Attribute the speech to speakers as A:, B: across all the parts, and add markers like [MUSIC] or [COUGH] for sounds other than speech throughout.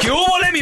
A: ¿Qué hubo, le, mi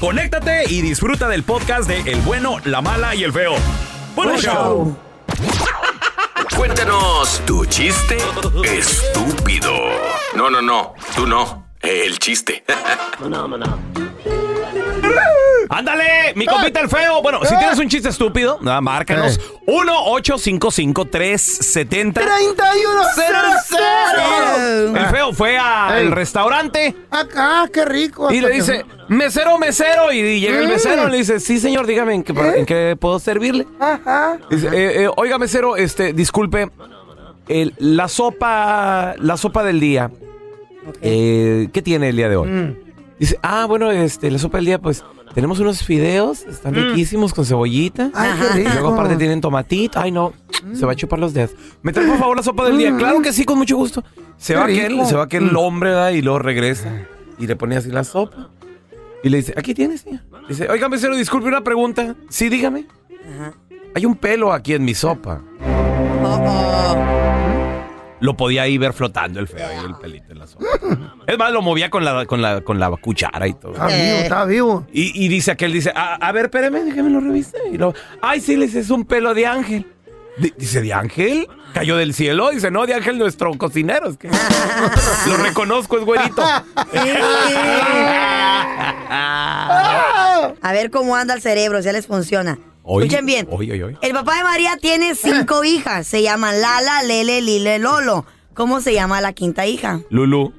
A: conéctate y disfruta del podcast de El bueno, la mala y el feo. Buen
B: Buen
A: show.
B: Cuéntanos tu chiste estúpido. No, no, no. Tú no. El chiste. [LAUGHS] no, no, no.
A: Ándale, mi compita el feo. Bueno, si tienes un chiste estúpido, nada, márcanos. 1-855-370.
C: 3100.
A: El feo fue
C: Ey.
A: al restaurante
C: Acá, Ah, qué rico.
A: y le dice, mesero, mesero. Y llega
C: Mm.
A: el mesero y le dice, sí, señor, dígame en qué, en qué puedo servirle.
C: ¿Eh? Ajá.
A: Dice, "Eh, eh, oiga, mesero, este, disculpe. el- la sopa. La sopa del día. eh, ¿Qué tiene el día de hoy?
C: Mm.
A: Dice, ah, bueno, este, la sopa del día, pues. Tenemos unos fideos, están riquísimos con cebollita.
C: Mm. Ay, qué
A: Y luego
C: rico.
A: aparte tienen tomatito. Ay, no, se va a chupar los dedos. ¿Me trae por favor la sopa del
C: Mm.
A: día? Claro que sí, con mucho gusto. Se
C: Qué
A: va aquel,
C: rico. Mm.
A: se va aquel hombre, ¿verdad? Y luego regresa y le pone así la sopa. Y le dice, aquí tienes, señor. Dice, oiga, mesero, disculpe una pregunta. Sí, dígame. Hay un pelo aquí en mi sopa. Lo podía ahí ver flotando el feo ahí, el pelito en la sopa. Es más, lo movía con la, con la, con la cuchara y todo.
C: Está vivo, está vivo.
A: Y, y dice aquel, dice, a, a ver, espérame, déjame lo reviste. Y luego, ay, sí, le dice, es un pelo de ángel. Di- dice, ¿de ángel? ¿Cayó del cielo? Dice, no, de ángel nuestro cocinero. Es que lo reconozco, es güerito.
C: ¡Ah!
D: A ver cómo anda el cerebro, si ya les funciona.
A: Oy,
D: Escuchen bien.
A: oy, oy, oy.
D: El papá de María tiene
C: [LAUGHS]
D: cinco hijas. Se llaman Lala, Lele, Lile, Lolo. ¿Cómo se llama la quinta hija?
A: Lulu,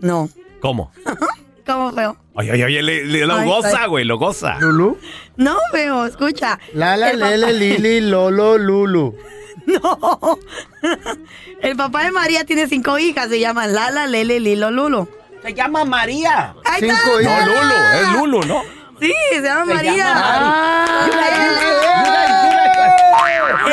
D: No.
A: ¿cómo?
D: ¿Cómo feo?
A: Ay, ay, ay, le, le- lo
D: Ay,
A: goza,
D: ay.
A: güey, lo goza.
C: Lulu.
D: No, feo, escucha.
C: Lala,
D: El papá-
C: Lele, Lili, Lolo, Lulu.
D: No. [LAUGHS] El papá de María tiene cinco hijas. Se llaman Lala, Lele, Lilo, Lulo.
A: Se llama María.
D: ¡Ahí
C: Cinco
D: está!
C: hijas.
A: No, Lulu, es Lulu, ¿no?
D: Sí, se llama María.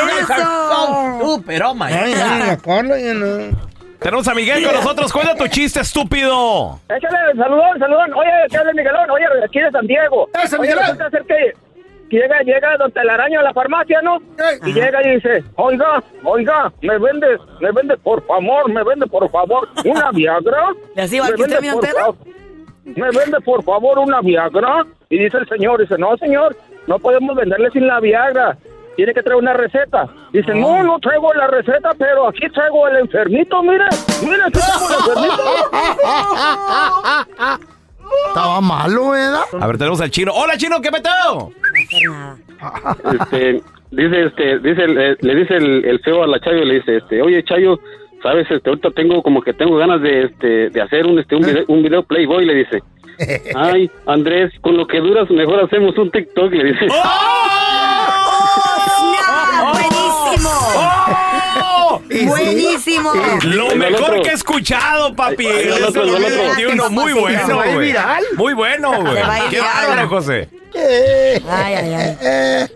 C: Ay, ay,
D: Eso.
C: la Carla, ya no.
A: Tenemos a Miguel con nosotros. Cuenta tu chiste, estúpido.
E: Échale, saludón, saludón. Oye, échale, Miguelón. Oye, aquí de San Diego.
C: Ese,
E: Oye,
C: Miguelón.
E: resulta ser que que llega, llega Don Telaraño a la farmacia, ¿no? Y llega y dice, oiga, oiga, me vende, me vende, por favor, me vende, por favor, una Viagra.
D: ¿Y así va
E: ¿Me
D: aquí usted,
E: vende,
D: mi
E: por
D: antena?
E: fa- ¿Me vende, por favor, una Viagra? Y dice el señor, dice, no, señor, no podemos venderle sin la Viagra. Tiene que traer una receta. Dice, no, no traigo la receta, pero aquí traigo el enfermito, mire. Mire, aquí traigo el enfermito.
F: "Ah,
C: Estaba malo, ¿verdad?
A: A ver, tenemos al chino. Hola, chino, ¿qué peteo?
G: este, dice, este, dice, le, le dice el, el feo a la Chayo, le dice, este, oye Chayo, sabes, este, ahorita tengo como que tengo ganas de, este, de hacer un, este, un video, un video Playboy, le dice. Ay, Andrés, con lo que duras, mejor hacemos un TikTok, le dice.
D: ¡Snap! ¡Buenísimo!
A: ¡Oh!
C: Y sí.
D: ¡Buenísimo!
A: Lo
G: Ahí va el
A: mejor
G: otro.
A: que he escuchado, papi.
G: Ahí va el otro, ahí va el otro.
A: 2021, muy
D: Se
A: bueno,
C: va a ir
A: güey.
C: viral.
A: Muy bueno, güey.
D: Se va a ir
A: Qué
D: viral.
A: bárbaro, José.
D: Ay, ay, ay.
C: Eh.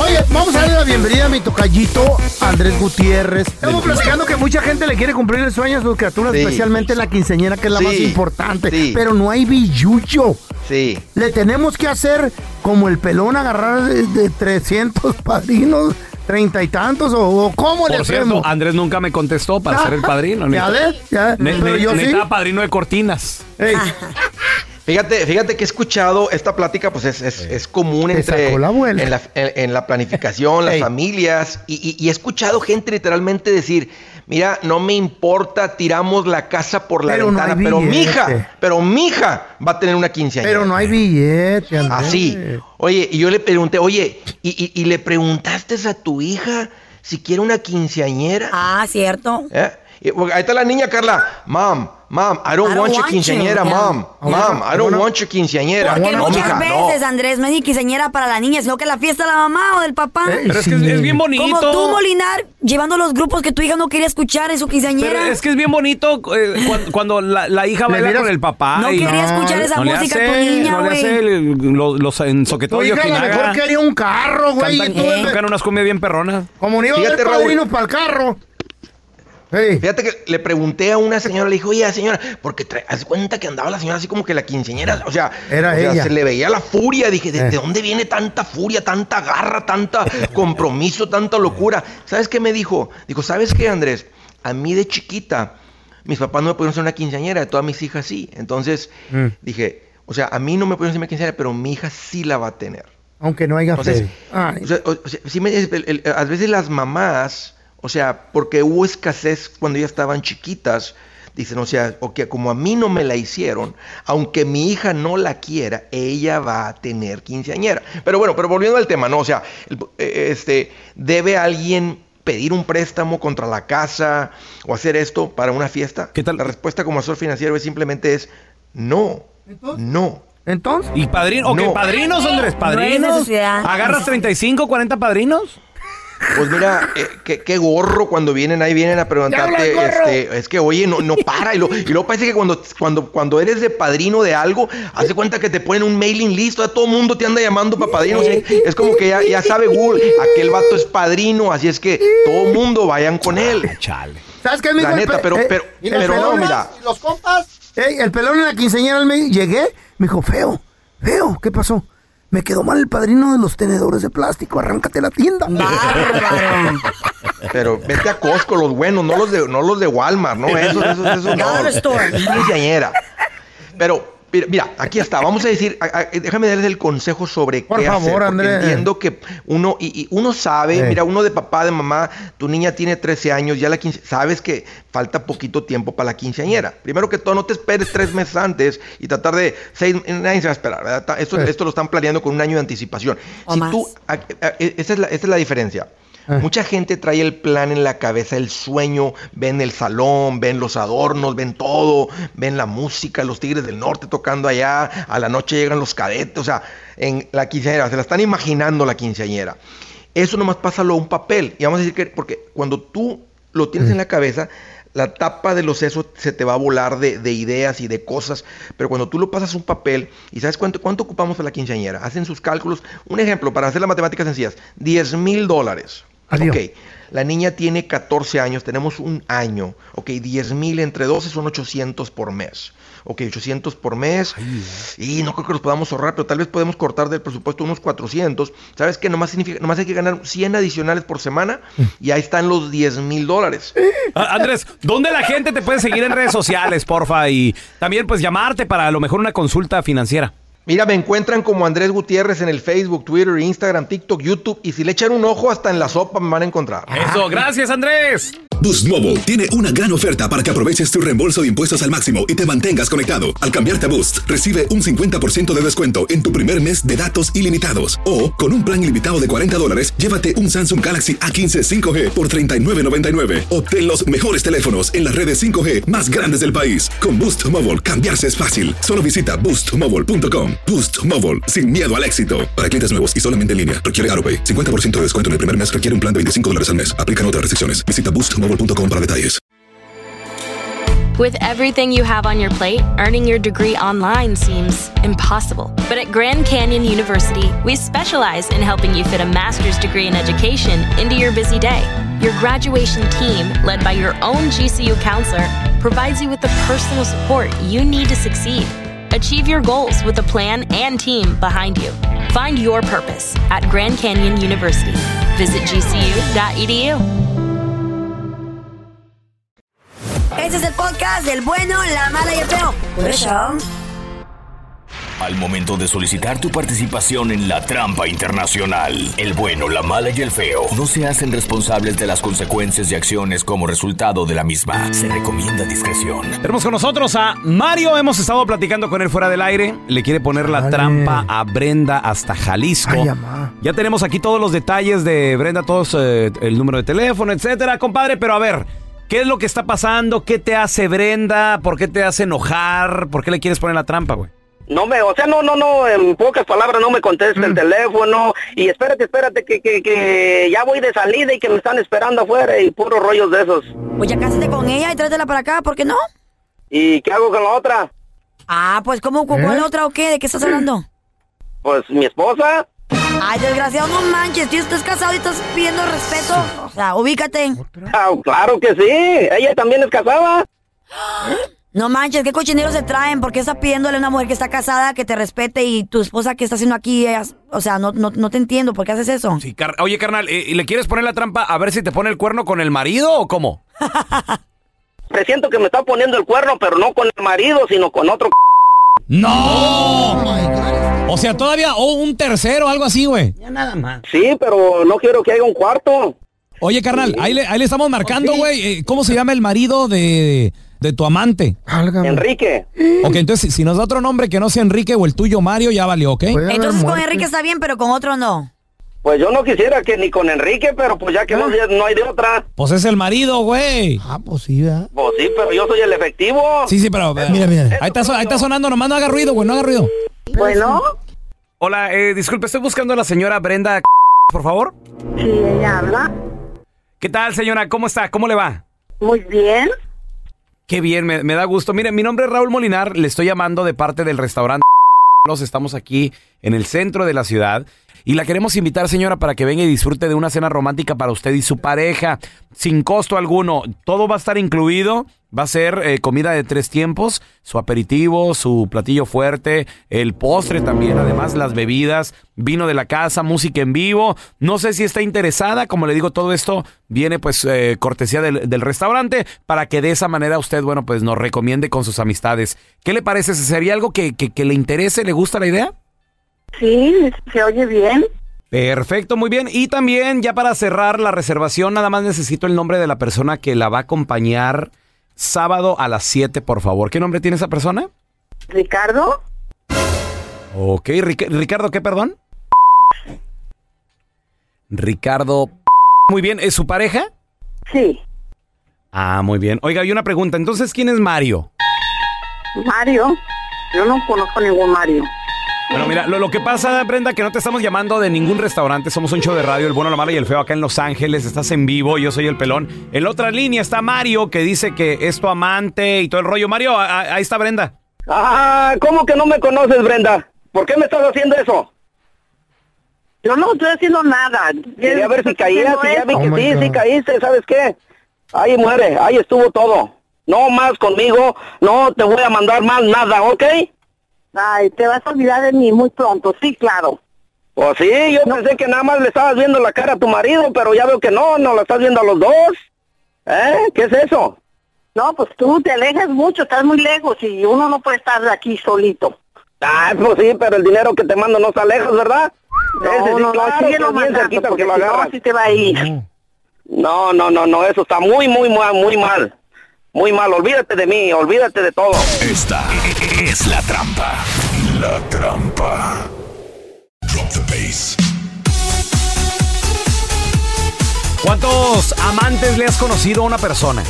C: Oye, vamos a darle la bienvenida a mi tocallito Andrés Gutiérrez. Estamos platicando que mucha gente le quiere cumplir el sueño a sus criaturas,
H: Sí.
C: especialmente la quinceñera, que es la
H: Sí.
C: más importante.
H: Sí.
C: Pero no hay billuyo.
H: Sí.
C: Le tenemos que hacer como el pelón agarrar de, de 300 padrinos, treinta y tantos, o, o cómo le
A: Por
C: hacemos.
A: cierto, Andrés nunca me contestó para ser el
C: [LAUGHS]
A: padrino.
C: Ya
A: neta.
C: ves, ya.
A: Ne-
C: pero
A: ne-
C: yo sí.
A: neta, padrino de cortinas.
C: Ey,
H: Fíjate, fíjate que he escuchado esta plática, pues es, es, es común
C: Te
H: entre
C: sacó la abuela.
H: en, la, en- en la planificación,
C: [LAUGHS]
H: las
C: Ey.
H: familias, y, y- y he escuchado gente literalmente decir, mira, no me importa, tiramos la casa por la
C: Pero no
H: ventana,
C: hay
H: pero mi
C: billete.
H: hija, pero mi hija va a tener una quinceañera.
C: pero no hay billete, Andrés.
H: Así. Oye, y yo le pregunté, oye, y, y- y le preguntaste a tu hija si quiere una quinceañera?
D: Ah, cierto.
H: ¿Eh? Y- porque Ahí está la niña Carla. Mom, mom, I don't, want, your quinceañera,
D: you, yeah.
H: mom. Mom, I don't want your quinceañera.
D: Porque
H: No,
D: muchas
H: mija, no.
D: veces, Andrés, no es ni quinceañera para la niña, sino que la fiesta de la mamá o del papá.
C: Ey,
A: Pero es que es,
C: sí.
A: es bien bonito.
D: Como tú, Molinar, llevando los grupos que tu hija no quería escuchar en su
A: Pero
D: quinceañera.
A: es que es bien bonito eh, cuan- cuando, la, la hija
C: Le
A: baila
C: miras-
A: con el papá.
D: No
A: y-
D: quería escuchar esa
A: le
D: música a tu
A: hace-
D: niña,
A: No le hace
D: güey.
A: el- los, los
C: Tu
A: ensoquetorios
C: hija a lo
A: Ojinaga.
C: mejor quería un carro, güey.
A: Cantan-
C: y tú, eh,
A: tocan unas cumbias bien perronas.
C: Como no iba a haber
H: Fíjate, Raúl.
C: padrinos para el carro. Ey,
H: Fíjate que le pregunté a una señora, le dije, oye, señora, porque trae- haz cuenta que andaba la señora así como que la quinceañera, o sea,
C: Era
H: o sea,
C: ella.
H: se le veía la furia, dije, ¿de,
C: Eh.
H: de dónde viene tanta furia, tanta garra, tanta compromiso, tanta locura? ¿Sabes qué me dijo? Dijo, ¿sabes qué, Andrés? A mí de chiquita, mis papás no me pudieron hacer una quinceañera, todas mis hijas sí. Entonces,
C: Mm.
H: dije, o sea, a mí no me pudieron hacer una quinceañera, pero mi hija sí la va a tener.
C: aunque no haya
H: Entonces,
C: fe. Ay,
H: o sea, o- o sea, sí me- el- el- a veces las mamás, o sea, porque hubo escasez cuando ellas estaban chiquitas, dicen, o sea, o que como a mí no me la hicieron, aunque mi hija no la quiera, ella va a tener quinceañera. Pero bueno, pero volviendo al tema, ¿no? O sea, el- eh, este, debe alguien pedir un préstamo contra la casa o hacer esto para una fiesta?
A: ¿Qué tal?
H: La respuesta como asesor financiero es simplemente es no, no.
C: entonces,
A: Y padrino, ok,
H: No.
A: padrinos, Andrés,
D: No es
A: padrinos.
D: necesidad.
A: ¿Agarras 35, 40 padrinos?
H: Pues mira, eh, qué, qué gorro cuando vienen ahí, vienen a preguntarte, este, es que oye, no, no para. Y, lo- y luego parece que cuando, cuando, cuando eres de padrino de algo, hace cuenta que te ponen un mailing listo, todo el mundo te anda llamando para padrino. o sea, es como que ya, ya sabe Google, aquel vato es padrino, así es que todo el mundo vayan con él.
A: Chale.
C: ¿sabes qué, amigo?
H: La
C: El
H: neta,
C: pe-
H: pero-
C: eh,
H: pero-
C: el
H: pero no,
C: pelón-
H: mira.
C: los compas. Ey, el pelón en la quinceañera me llegué, me dijo, feo, feo, ¿qué pasó? Me quedó mal el padrino de los tenedores de plástico, arráncate la tienda. [LAUGHS]
D: Bárbaro.
H: Pero vete a Costco, los buenos, no los de, no los de Walmart, no esos, esos, esos no.
D: Dollar store.
H: Es quinceañera. Pero, mira, mira, aquí está. Vamos a decir, a- a- déjame darles el consejo sobre
C: Por
H: qué hacer,
C: favor,
H: porque
C: Andrés.
H: Entiendo que uno, y, y uno sabe,
C: Sí.
H: mira, uno de papá, de mamá, tu niña tiene 13 años, ya la 15, sabes que falta poquito tiempo para la quinceañera. Primero que todo, no te esperes tres meses antes y tratar de seis, nadie se va a esperar, ¿verdad? Ta- Esto,
C: Sí.
H: esto lo están planeando con un año de anticipación.
D: O
H: si
D: más.
H: tú a- a- e- esa es la, esa es la diferencia.
C: Ah.
H: Mucha gente trae el plan en la cabeza, el sueño, ven el salón, ven los adornos, ven todo, ven la música, los Tigres del Norte tocando allá, a la noche llegan los cadetes, o sea, en la quinceañera, se la están imaginando la quinceañera. Eso nomás pásalo a un papel, y vamos a decir que, porque cuando tú lo tienes en la cabeza, la tapa de los sesos se te va a volar de, de ideas y de cosas, pero cuando tú lo pasas a un papel y sabes cuánto, cuánto ocupamos a la quinceañera, hacen sus cálculos. Un ejemplo, para hacer las matemáticas sencillas, 10 mil dólares.
C: Adiós.
H: Ok, la niña tiene 14 años, tenemos un año. Ok, 10 mil entre 12 son 800 por mes. Ok, 800 por mes. y no creo que los podamos ahorrar, pero tal vez podemos cortar del presupuesto unos 400. ¿Sabes qué? Nomás, significa, nomás hay que ganar 100 adicionales por semana y ahí están los 10 mil dólares.
A: A- Andrés, ¿dónde la gente te puede seguir en redes sociales, porfa? Y también, pues, llamarte para a lo mejor una consulta financiera.
H: Mira, me encuentran como Andrés Gutiérrez en el Facebook, Twitter, Instagram, TikTok, YouTube. Y si le echan un ojo, hasta en la sopa me van a encontrar.
A: Ah. Eso, gracias, Andrés.
I: Boost Mobile tiene una gran oferta para que aproveches tu reembolso de impuestos al máximo y te mantengas conectado. Al cambiarte a Boost, recibe un 50% de descuento en tu primer mes de datos ilimitados. O, con un plan ilimitado de 40 dólares, llévate un Samsung Galaxy A15 5G por $39.99. Obtén los mejores teléfonos en las redes 5G más grandes del país. Con Boost Mobile, cambiarse es fácil. Solo visita boostmobile.com. Boost Mobile, sin miedo al éxito. Para clientes nuevos y solamente en línea, requiere AroPay. 50% de descuento en el primer mes requiere un plan de 25 dólares al mes. Aplican otras restricciones. Visita boostmobile.com para detalles.
J: With everything you have on your plate, earning your degree online seems impossible. But at Grand Canyon University, we specialize in helping you fit a master's degree in education into your busy day. Your graduation team, led by your own GCU counselor, provides you with the personal support you need to succeed. Achieve your goals with a plan and team behind you. Find your purpose at Grand Canyon University. Visit E gcu.edu.
D: Este es el podcast del bueno, la mala y el feo. Por eso.
B: Al momento de solicitar tu participación en la trampa internacional, el bueno, la mala y el feo no se hacen responsables de las consecuencias y acciones como resultado de la misma. Se recomienda discreción.
A: Tenemos con nosotros a Mario. Hemos estado platicando con él fuera del aire. Le quiere poner la trampa a Brenda hasta Jalisco.
F: Ay,
A: ya tenemos aquí todos los detalles de Brenda, todos eh, el número de teléfono, etcétera, compadre. Pero a ver, ¿qué es lo que está pasando? ¿Qué te hace Brenda? ¿Por qué te hace enojar? ¿Por qué le quieres poner la trampa, güey?
K: No me, o sea, no, no, no, en pocas palabras no me contesta el teléfono y espérate, espérate, que, que, que ya voy de salida y que me están esperando afuera y puros rollos de esos.
D: Pues ya cásate con ella y tráetela para acá, ¿por qué no?
K: ¿Y qué hago con la otra?
D: Ah, pues ¿cómo? ¿Con
C: ¿Eh?
D: cuál otra o qué? ¿De qué estás hablando?
K: Pues mi esposa.
D: Ay, desgraciado, no manches, tío, estás casado y estás pidiendo respeto. O sea, ubícate.
K: Ah, claro que sí, ella también es casada.
D: No manches, qué cochineros se traen, porque estás pidiéndole a una mujer que está casada que te respete y tu esposa que está haciendo aquí, ella- o sea, no, no, no te entiendo, ¿por qué haces eso?
A: Sí, car- Oye, carnal, ¿eh, ¿y le quieres poner la trampa a ver si te pone el cuerno con el marido o cómo?
K: Presiento que me está poniendo el cuerno, pero no con el marido, sino con otro.
L: ¡No! O sea, todavía, oh, o un tercero, algo así, güey.
F: Ya nada más.
K: Sí, pero no quiero que haya un cuarto.
L: Oye, carnal, ahí le, ahí le estamos marcando,
F: Ok.
L: güey. eh, ¿Cómo se llama el marido de, de tu amante?
K: Enrique.
L: Ok, entonces, si- si nos da otro nombre que no sea Enrique o el tuyo, Mario, ya valió,
F: Pues
L: ¿ok?
D: Entonces con Enrique está bien, pero con otro no.
K: Pues yo no quisiera que ni con Enrique, pero pues ya que no, no hay de otra.
L: Pues es el marido, güey.
F: Ah, pues sí, ¿verdad?
K: Pues sí, pero yo soy el efectivo.
L: Sí, sí, pero... eh,
F: Mira, mira.
L: Ahí está, so- ahí está sonando, nomás no haga ruido, güey, no haga ruido.
K: Bueno.
A: Hola, eh, disculpe, estoy buscando a la señora Brenda, c- por favor.
E: Sí, ella habla.
A: ¿Qué tal, señora? ¿Cómo está? ¿Cómo le va?
E: Muy bien.
A: Qué bien, me, me da gusto. Mire, mi nombre es Raúl Molinar, le estoy llamando de parte del restaurante. Los estamos aquí en el centro de la ciudad y la queremos invitar, señora, para que venga y disfrute de una cena romántica para usted y su pareja, sin costo alguno. Todo va a estar incluido. Va a ser eh, comida de tres tiempos, su aperitivo, su platillo fuerte, el postre también, además las bebidas, vino de la casa, música en vivo. No sé si está interesada, como le digo, todo esto viene pues eh, cortesía del, del restaurante para que de esa manera usted, bueno, pues nos recomiende con sus amistades. ¿Qué le parece? ¿Sería algo que, que- que le interese? ¿Le gusta la idea?
E: Sí, se oye bien.
A: Perfecto, muy bien. Y también ya para cerrar la reservación, nada más necesito el nombre de la persona que la va a acompañar sábado a las 7, por favor. ¿Qué nombre tiene esa persona?
E: Ricardo,
A: Ok, Ric- Ricardo, ¿qué, perdón? Ricardo. Muy bien, ¿es su pareja?
E: sí.
A: Ah, muy bien. Oiga, y una pregunta. Entonces, ¿quién es Mario?
E: Mario, yo no conozco ningún Mario.
A: Bueno, mira, lo, lo que pasa, Brenda, que no te estamos llamando de ningún restaurante. Somos un show de radio, el bueno, la mala y el feo acá en Los Ángeles. Estás en vivo, yo soy el pelón. En la otra línea está Mario, que dice que es tu amante y todo el rollo. Mario, a- a- ahí está Brenda.
K: Ah, ¿cómo que no me conoces, Brenda? ¿Por qué me estás haciendo eso?
E: Yo no estoy haciendo nada.
K: Quería ver si caías y ya vi
F: Oh
K: que
F: my
K: sí, sí
F: God.
K: caíste, ¿sabes qué? Ahí muere, ahí estuvo todo. No más conmigo, no te voy a mandar más nada, ¿ok?
E: Ay, te vas a olvidar de mí muy pronto, sí, claro.
K: Pues sí, yo pensé que nada más le estabas viendo la cara a tu marido, pero ya veo que no, no la estás viendo a los dos. ¿Eh? ¿Qué es eso?
E: No, pues tú te alejas mucho, estás muy lejos y uno no puede estar aquí solito.
K: Ah, pues sí, pero el dinero que te mando no está lejos, ¿verdad? Ese
E: No,
K: sí,
E: no, no,
K: claro, que
E: síguelo
K: es bien cerquita
E: mandando, porque
K: que
E: si
K: lo
E: no,
K: agarras.
E: sí te va a ir.
K: No, no, no, no, eso está muy, muy, mal, muy mal. Muy mal, olvídate de mí, olvídate de todo.
B: Esta es la trampa. La trampa. Drop the bass.
A: ¿Cuántos amantes le has conocido a una persona?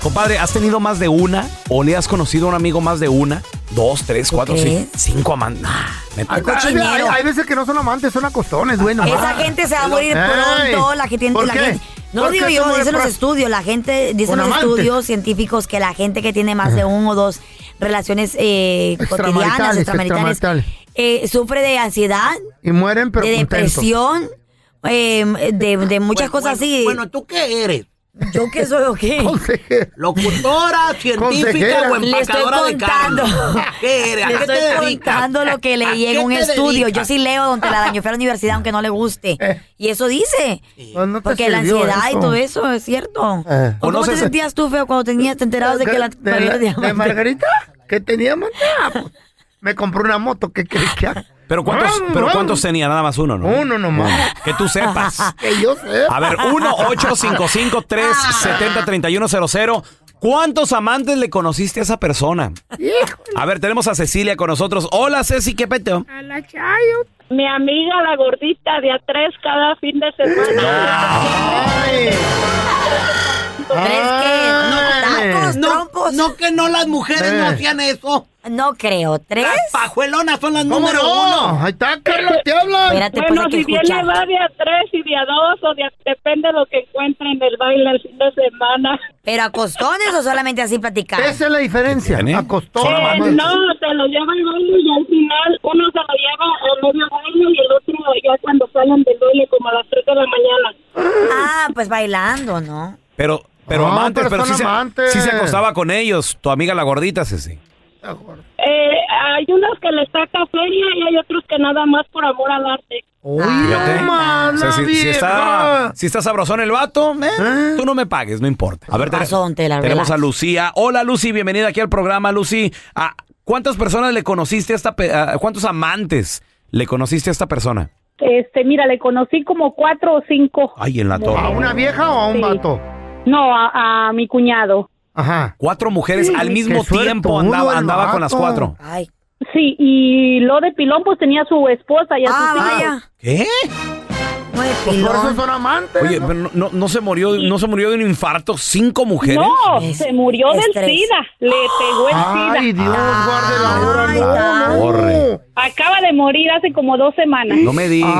A: Compadre, ¿has tenido más de una? ¿O le has conocido a un amigo más de una? Dos, tres, cuatro,
C: ¿Qué?
A: cinco, cinco amantes. Nah, neta.
C: Hay, hay- hay veces que no son amantes, son acostones, güey.
D: Esa gente se va a morir pronto, la que tiene
C: Ah, ¿Por
D: la
C: qué?
D: gente- No lo
C: ¿Por
D: digo
C: qué te
D: yo,
C: mueres
D: dicen los
C: pronto?
D: estudios, la gente, dicen
C: Con
D: los
C: amantes.
D: estudios científicos que la gente que tiene más de
C: Ajá.
D: un o dos relaciones eh, cotidianas,
C: Extramaritales,
D: extramaritales,
C: extramaritales.
D: eh, sufre de ansiedad,
C: Y mueren, pero
D: de
C: contentos.
D: depresión, eh, de, de muchas cosas así.
F: Bueno, ¿tú qué eres?
D: ¿Yo qué soy o qué?
F: Locutora, científica o
D: Le estoy
F: empacadora de carne. [LAUGHS]
D: contando.
F: ¿Qué eres? ¿A
D: Le
F: qué te
D: estoy
F: dedicas?
D: contando lo que
F: ¿A
D: leí en
F: qué
D: un
F: te
D: estudio.
F: dedicas?
D: Yo sí leo Don Telaraño. Fui a la universidad aunque no le guste. Y eso dice. Pues porque la
C: sirvió
D: ansiedad
C: eso.
D: y todo eso es cierto.
C: Eh.
D: ¿O ¿Cómo te
C: ¿Conoces-
D: sentías tú, feo, cuando tenías, te enterabas de que la
C: de, la-
D: Margarita
C: de
D: Diamante-
C: Margarita que
D: [LAUGHS]
C: teníamos Ah, pues, me compró una moto que que, que-
A: Pero cuántos,
C: Vamos,
A: pero
C: vamos.
A: cuántos tenía, nada más uno, ¿no?
C: Uno nomás.
A: Uno. Que tú sepas.
C: [LAUGHS] que yo sé
A: A ver, 1-855-370-3100. ¿Cuántos amantes le conociste a esa persona? A ver, tenemos a Cecilia con nosotros. Hola, Ceci, ¿qué peteo?
M: A la Chayo. Mi amiga la gordita de a tres cada fin de semana.
D: ¿Tres qué?
F: No,
D: ¿No, trompos?
F: no que no las mujeres no
D: Eh.
F: hacían eso.
D: No creo. ¿Tres?
F: Las pajuelonas son las
C: ¿Cómo
F: número
C: no?
F: uno.
C: Ahí está, Carla, te hablan.
D: Espérate, pues,
M: bueno,
D: hay que
M: si bien le
D: escuchar.
M: va de a tres y de a dos, o de a- depende de lo que encuentre en el baile el fin de semana.
D: ¿Pero a costones o solamente así platicar?
C: esa es la diferencia acostó
M: Eh, no, se lo lleva al baile y al final uno se lo lleva a medio baile y el otro ya cuando salen del baile como a las tres de la mañana.
D: Ah, pues bailando, ¿no?
A: Pero, pero
C: Ah,
D: No,
A: amantes,
D: pero
A: pero,
D: son
A: sí,
D: amantes.
A: Se, sí se acostaba con ellos, tu amiga la gordita, Ceci.
M: Eh, hay unos que les saca feria y hay otros que nada más por amor al arte.
A: Fíjate.
C: mana,
A: O sea, si, si
C: vieja.
A: está, si está sabrosón el vato, eh, tú no me pagues, no importa. A ver, tenemos,
D: la
A: tenemos
D: relax.
A: a Lucía. Hola, Lucy, bienvenida aquí al programa, Lucy. ¿A ¿Cuántas personas le conociste a esta pe- a cuántos amantes le conociste a esta persona?
M: Este, mira, le conocí como cuatro o cinco.
A: Ay, en la torre.
C: a una vieja o a un
M: Sí.
C: vato
M: No, a, a mi cuñado.
C: ajá
A: Cuatro mujeres
M: Sí.
A: al mismo
C: Qué suertudo
A: tiempo andaba,
C: el
A: andaba con las
C: vato.
A: cuatro.
M: Sí, y lo de Pilón pues tenía su esposa y a
C: Ah,
M: sus hijos.
A: ¿Qué?
C: Pues por eso son amantes
A: Oye, pero no, no- no se murió, no se murió de un infarto, cinco mujeres.
M: No, se murió del
A: Estrés.
M: SIDA. Le pegó el SIDA.
C: Ay, Dios, guarde la hora.
M: Ay, ay. Acaba de morir hace como dos semanas.
A: No me digas.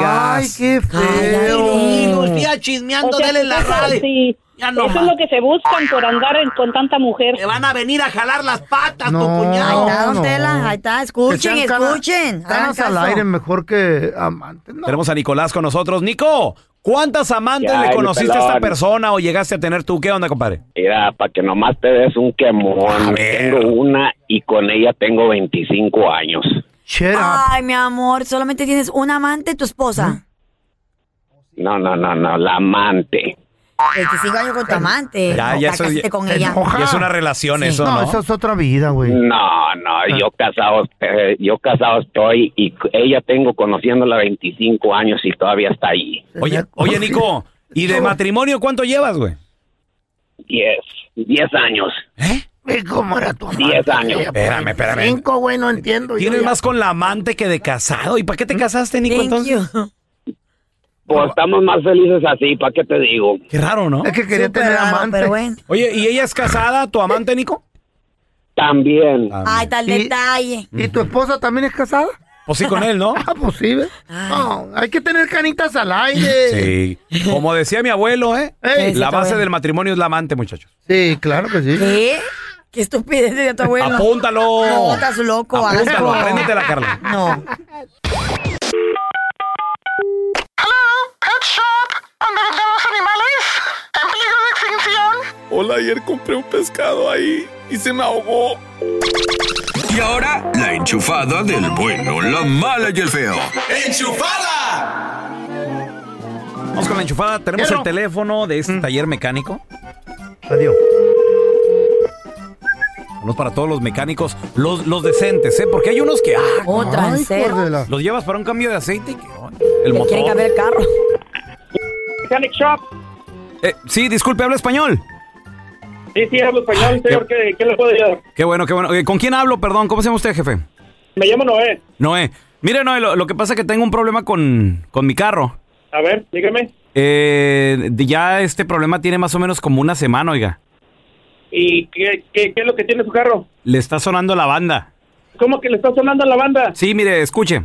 C: qué
A: Ay,
F: Digo,
C: feo.
F: siga chismeando,
M: O sea,
F: dele la
M: eso-
F: radio.
M: sí.
F: Ya no
M: Eso
F: más.
M: es lo que se buscan por andar en- con tanta mujer.
F: Te van a venir a jalar las patas, tu
D: Ahí
F: puñado.
D: está, don Tela, ahí está. Escuchen,
C: Que sean cana-
D: escuchen. hagan
C: canas al
D: caso.
C: aire mejor que amantes
A: Tenemos a Nicolás con nosotros. Nico, ¿cuántas amantes
L: Ya,
A: le
L: el
A: conociste a esta
L: pelón.
A: persona o llegaste a tener tú? ¿Qué onda, compadre?
L: Mira, para que nomás te des un quemón, tengo una y con ella tengo 25 años.
D: Ay, mi amor, solamente tienes un amante, tu
A: ¿Mm?
D: esposa.
L: No, no, no, no, la amante.
D: 25 años con tu amante.
A: Ya,
D: No,
A: ya
D: te
A: eso-
D: casaste
A: ya- [LAUGHS]
D: con ella.
A: Ya es una relación eso, ¿no?
C: eso es Ah. otra vida güey
A: Mm.
L: No, no, yo casado, eh, yo casado estoy y c- ella tengo conociéndola 25 años y todavía está ahí.
A: Oye, oye, Nico, ¿y de matrimonio cuánto llevas, güey?
L: 10, 10 años.
C: Ve cómo era tu amante
L: 10 años.
A: Espérame, espérame.
C: cinco güey no entiendo yo
A: Tienes
C: ya.
A: más con la amante que de casado. ¿Y para qué te casaste, Nico, entonces?
L: Pues estamos más felices así, ¿para qué te digo?
A: Qué raro, ¿no?
C: Es que quería
D: Súper raro, pero bueno.
A: Oye, ¿y ella es casada, tu amante, Nico?
L: También.
D: Ay, tal
C: Y-
D: detalle.
C: ¿Y tu esposa también es casada?
A: Pues sí, con él, ¿no?
C: [LAUGHS] Ah, pues sí, ¿ves? No, hay que tener canitas al
A: [LAUGHS]
C: aire.
A: Sí. Como decía mi abuelo, ¿eh?
C: Ey.
A: la base
C: Sí,
A: del matrimonio es la amante, muchachos.
C: Sí, claro que sí.
D: ¿Qué? Qué estupidez de tu abuelo.
A: Apúntalo.
D: No, estás loco.
A: Apúntalo,
D: asco.
A: apréndetela, Carla.
N: [LAUGHS]
D: No.
N: Pet Shop, donde vendemos animales en peligro de extinción.
O: Hola, ayer compré un pescado ahí y se me ahogó.
B: Y ahora, la enchufada del bueno, la mala y el feo.
O: ¡Enchufada!
A: Vamos con la enchufada. Tenemos el teléfono de
C: Mm.
A: este taller mecánico.
C: Adiós.
A: Unos para todos los mecánicos, los, los decentes, ¿eh? Porque hay unos que. ¡Ah!
D: Oh, transeros.
A: Los llevas para un cambio de aceite y que, oh, el
D: Le quieren
A: motor.
D: cambiar el carro.
P: Mechanic Shop.
A: Eh, sí, disculpe, habla español.
P: Sí, sí, hablo
O: Ah,
P: español, señor. ¿Qué, qué le puedo ayudar?
A: Qué bueno, qué bueno. Eh, ¿Con quién hablo, perdón? ¿Cómo se llama usted, jefe?
P: Me llamo Noé.
A: Noé. Mire, Noé, lo, lo que pasa es que tengo un problema con, con mi carro.
P: A ver, dígame.
A: Eh, de- ya este problema tiene más o menos como una semana, oiga.
P: ¿Y qué, qué, qué es lo que tiene su carro?
A: Le está sonando la banda.
P: ¿Cómo que le está sonando a la banda?
A: Sí, mire, escuche.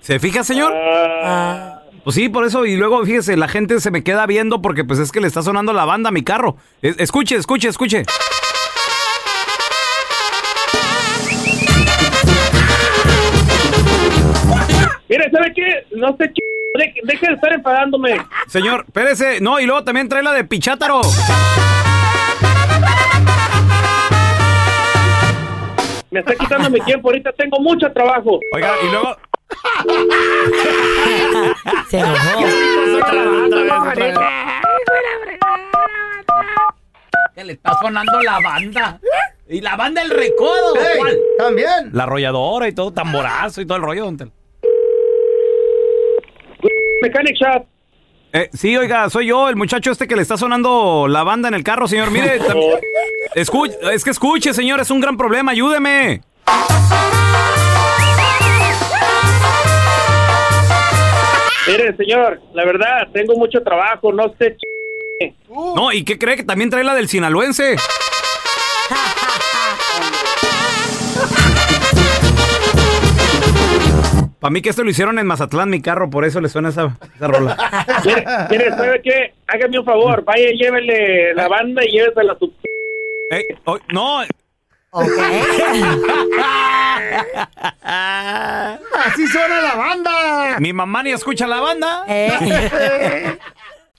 A: ¿Se fija, señor?
P: Ah.
A: Pues sí, por eso. Y luego, fíjese, la gente se me queda viendo porque pues es que le está sonando la banda a mi carro. Es- escuche, escuche, escuche.
P: Mire, ¿sabe qué? No sé qué. de- Deje de estar enfadándome.
A: Señor, espérese. No, y luego también trae la de Pichátaro.
P: Me está quitando mi tiempo. Ahorita tengo mucho trabajo.
A: Oiga, y luego.
D: [LAUGHS] Se enojó.
F: Que le está sonando la banda. Y la banda El Recodo. ¿cuál?
C: También.
A: La arrolladora y todo, tamborazo y todo el rollo, don Tel.
P: Mechanic Shop.
A: Eh, sí, oiga, soy yo, el muchacho este que le está sonando la banda en el carro,
P: [LAUGHS]
A: señor. Mire, tam- escu- es que escuche, señor, es un gran problema, ayúdeme.
P: Mire, señor, la verdad, tengo mucho trabajo. No sé. Uh.
A: No, ¿y qué cree que también trae la
P: [LAUGHS]
A: del sinaloense? Para mí que esto lo hicieron en Mazatlán, mi carro, por eso le suena esa, esa rola.
P: Mire, mire, ¿sabe qué? Hágame un favor. Vaya, y llévele la banda y llévesela a su.
A: Eh, oh, no.
C: Así suena la banda.
A: Mi mamá ni escucha la banda.
C: Eh.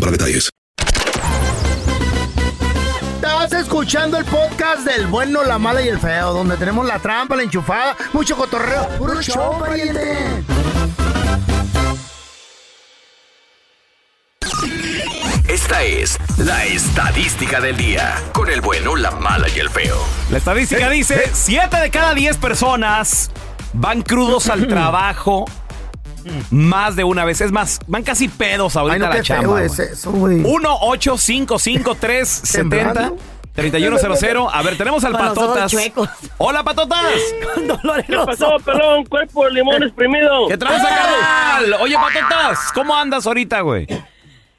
I: para detalles.
C: Estás escuchando el podcast del bueno, la mala y el feo, donde tenemos la trampa, la enchufada, mucho cotorreo. ¡Puro show, pariente!
B: Esta es la estadística del día con el bueno, la mala y el feo.
A: La estadística dice, 7 de cada 10 personas van crudos
C: [LAUGHS]
A: al trabajo más de una vez. Es más, van casi pedos ahorita
C: Ay, no,
A: a la
C: qué feo
A: chamba. güey.
C: es eso, güey. [LAUGHS]
A: 1-855-370. 3100. A ver, tenemos al
F: Con los ojos
A: Patotas.
F: chuecos.
A: Hola, Patotas. Con dolor
F: ¿Qué pasó, pelón? Cuerpo de limón exprimido.
A: ¿Qué tranza,
P: Ah.
A: carnal? Oye, Patotas, ¿cómo andas ahorita, güey?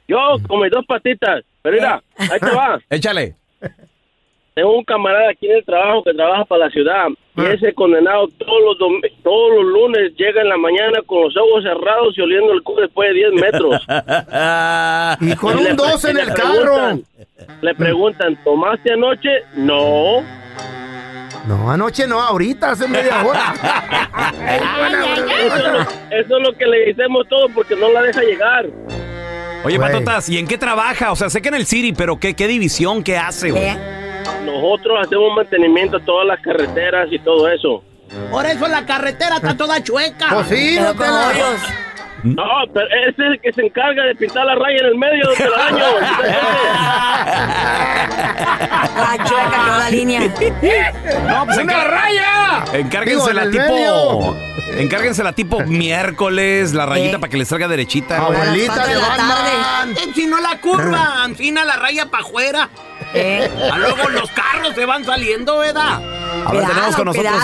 P: Yo, como dos patitas. Pero mira, ahí te va.
A: Échale.
P: Tengo un camarada aquí en el trabajo que trabaja para la ciudad. Y
A: Ah.
P: ese condenado todos los, dom- todos los lunes llega en la mañana con los ojos cerrados y oliendo el culo después de 10 metros.
A: [LAUGHS]
C: y con
P: le
C: un
P: pre-
C: 12 en
P: le
C: el
P: preguntan- Le preguntan, ¿tomaste anoche? No.
C: No, anoche no, ahorita, hace media hora.
A: [LAUGHS]
P: Eso es, lo, eso es lo que le decimos todo porque no la deja llegar.
A: Oye,
P: Güey.
A: Patotas, ¿y en qué trabaja? O sea, sé que en el City, pero ¿qué, qué división? ¿Qué hace,
F: Eh,
A: güey?
P: Nosotros hacemos mantenimiento a todas las carreteras y todo eso.
F: Por eso la carretera está toda chueca.
C: Pues sí, Pero no te con la- hoyos.
P: No, pero ese es el que se encarga de pintar la raya en el medio del año.
D: La chueca quedó
C: Ah. [LAUGHS]
D: la línea.
A: ¡No, pues
D: ¡Una
A: raya! Encárguensela
D: Digo, en el
A: tipo. Encárguensela tipo miércoles, la rayita
F: Eh.
A: para que le salga derechita.
F: Cuatro de la tarde. Enfina la curva, enfina la raya para afuera.
A: Eh.
F: A luego los carros se van saliendo, ¿verdad?
A: A ver, tenemos con nosotros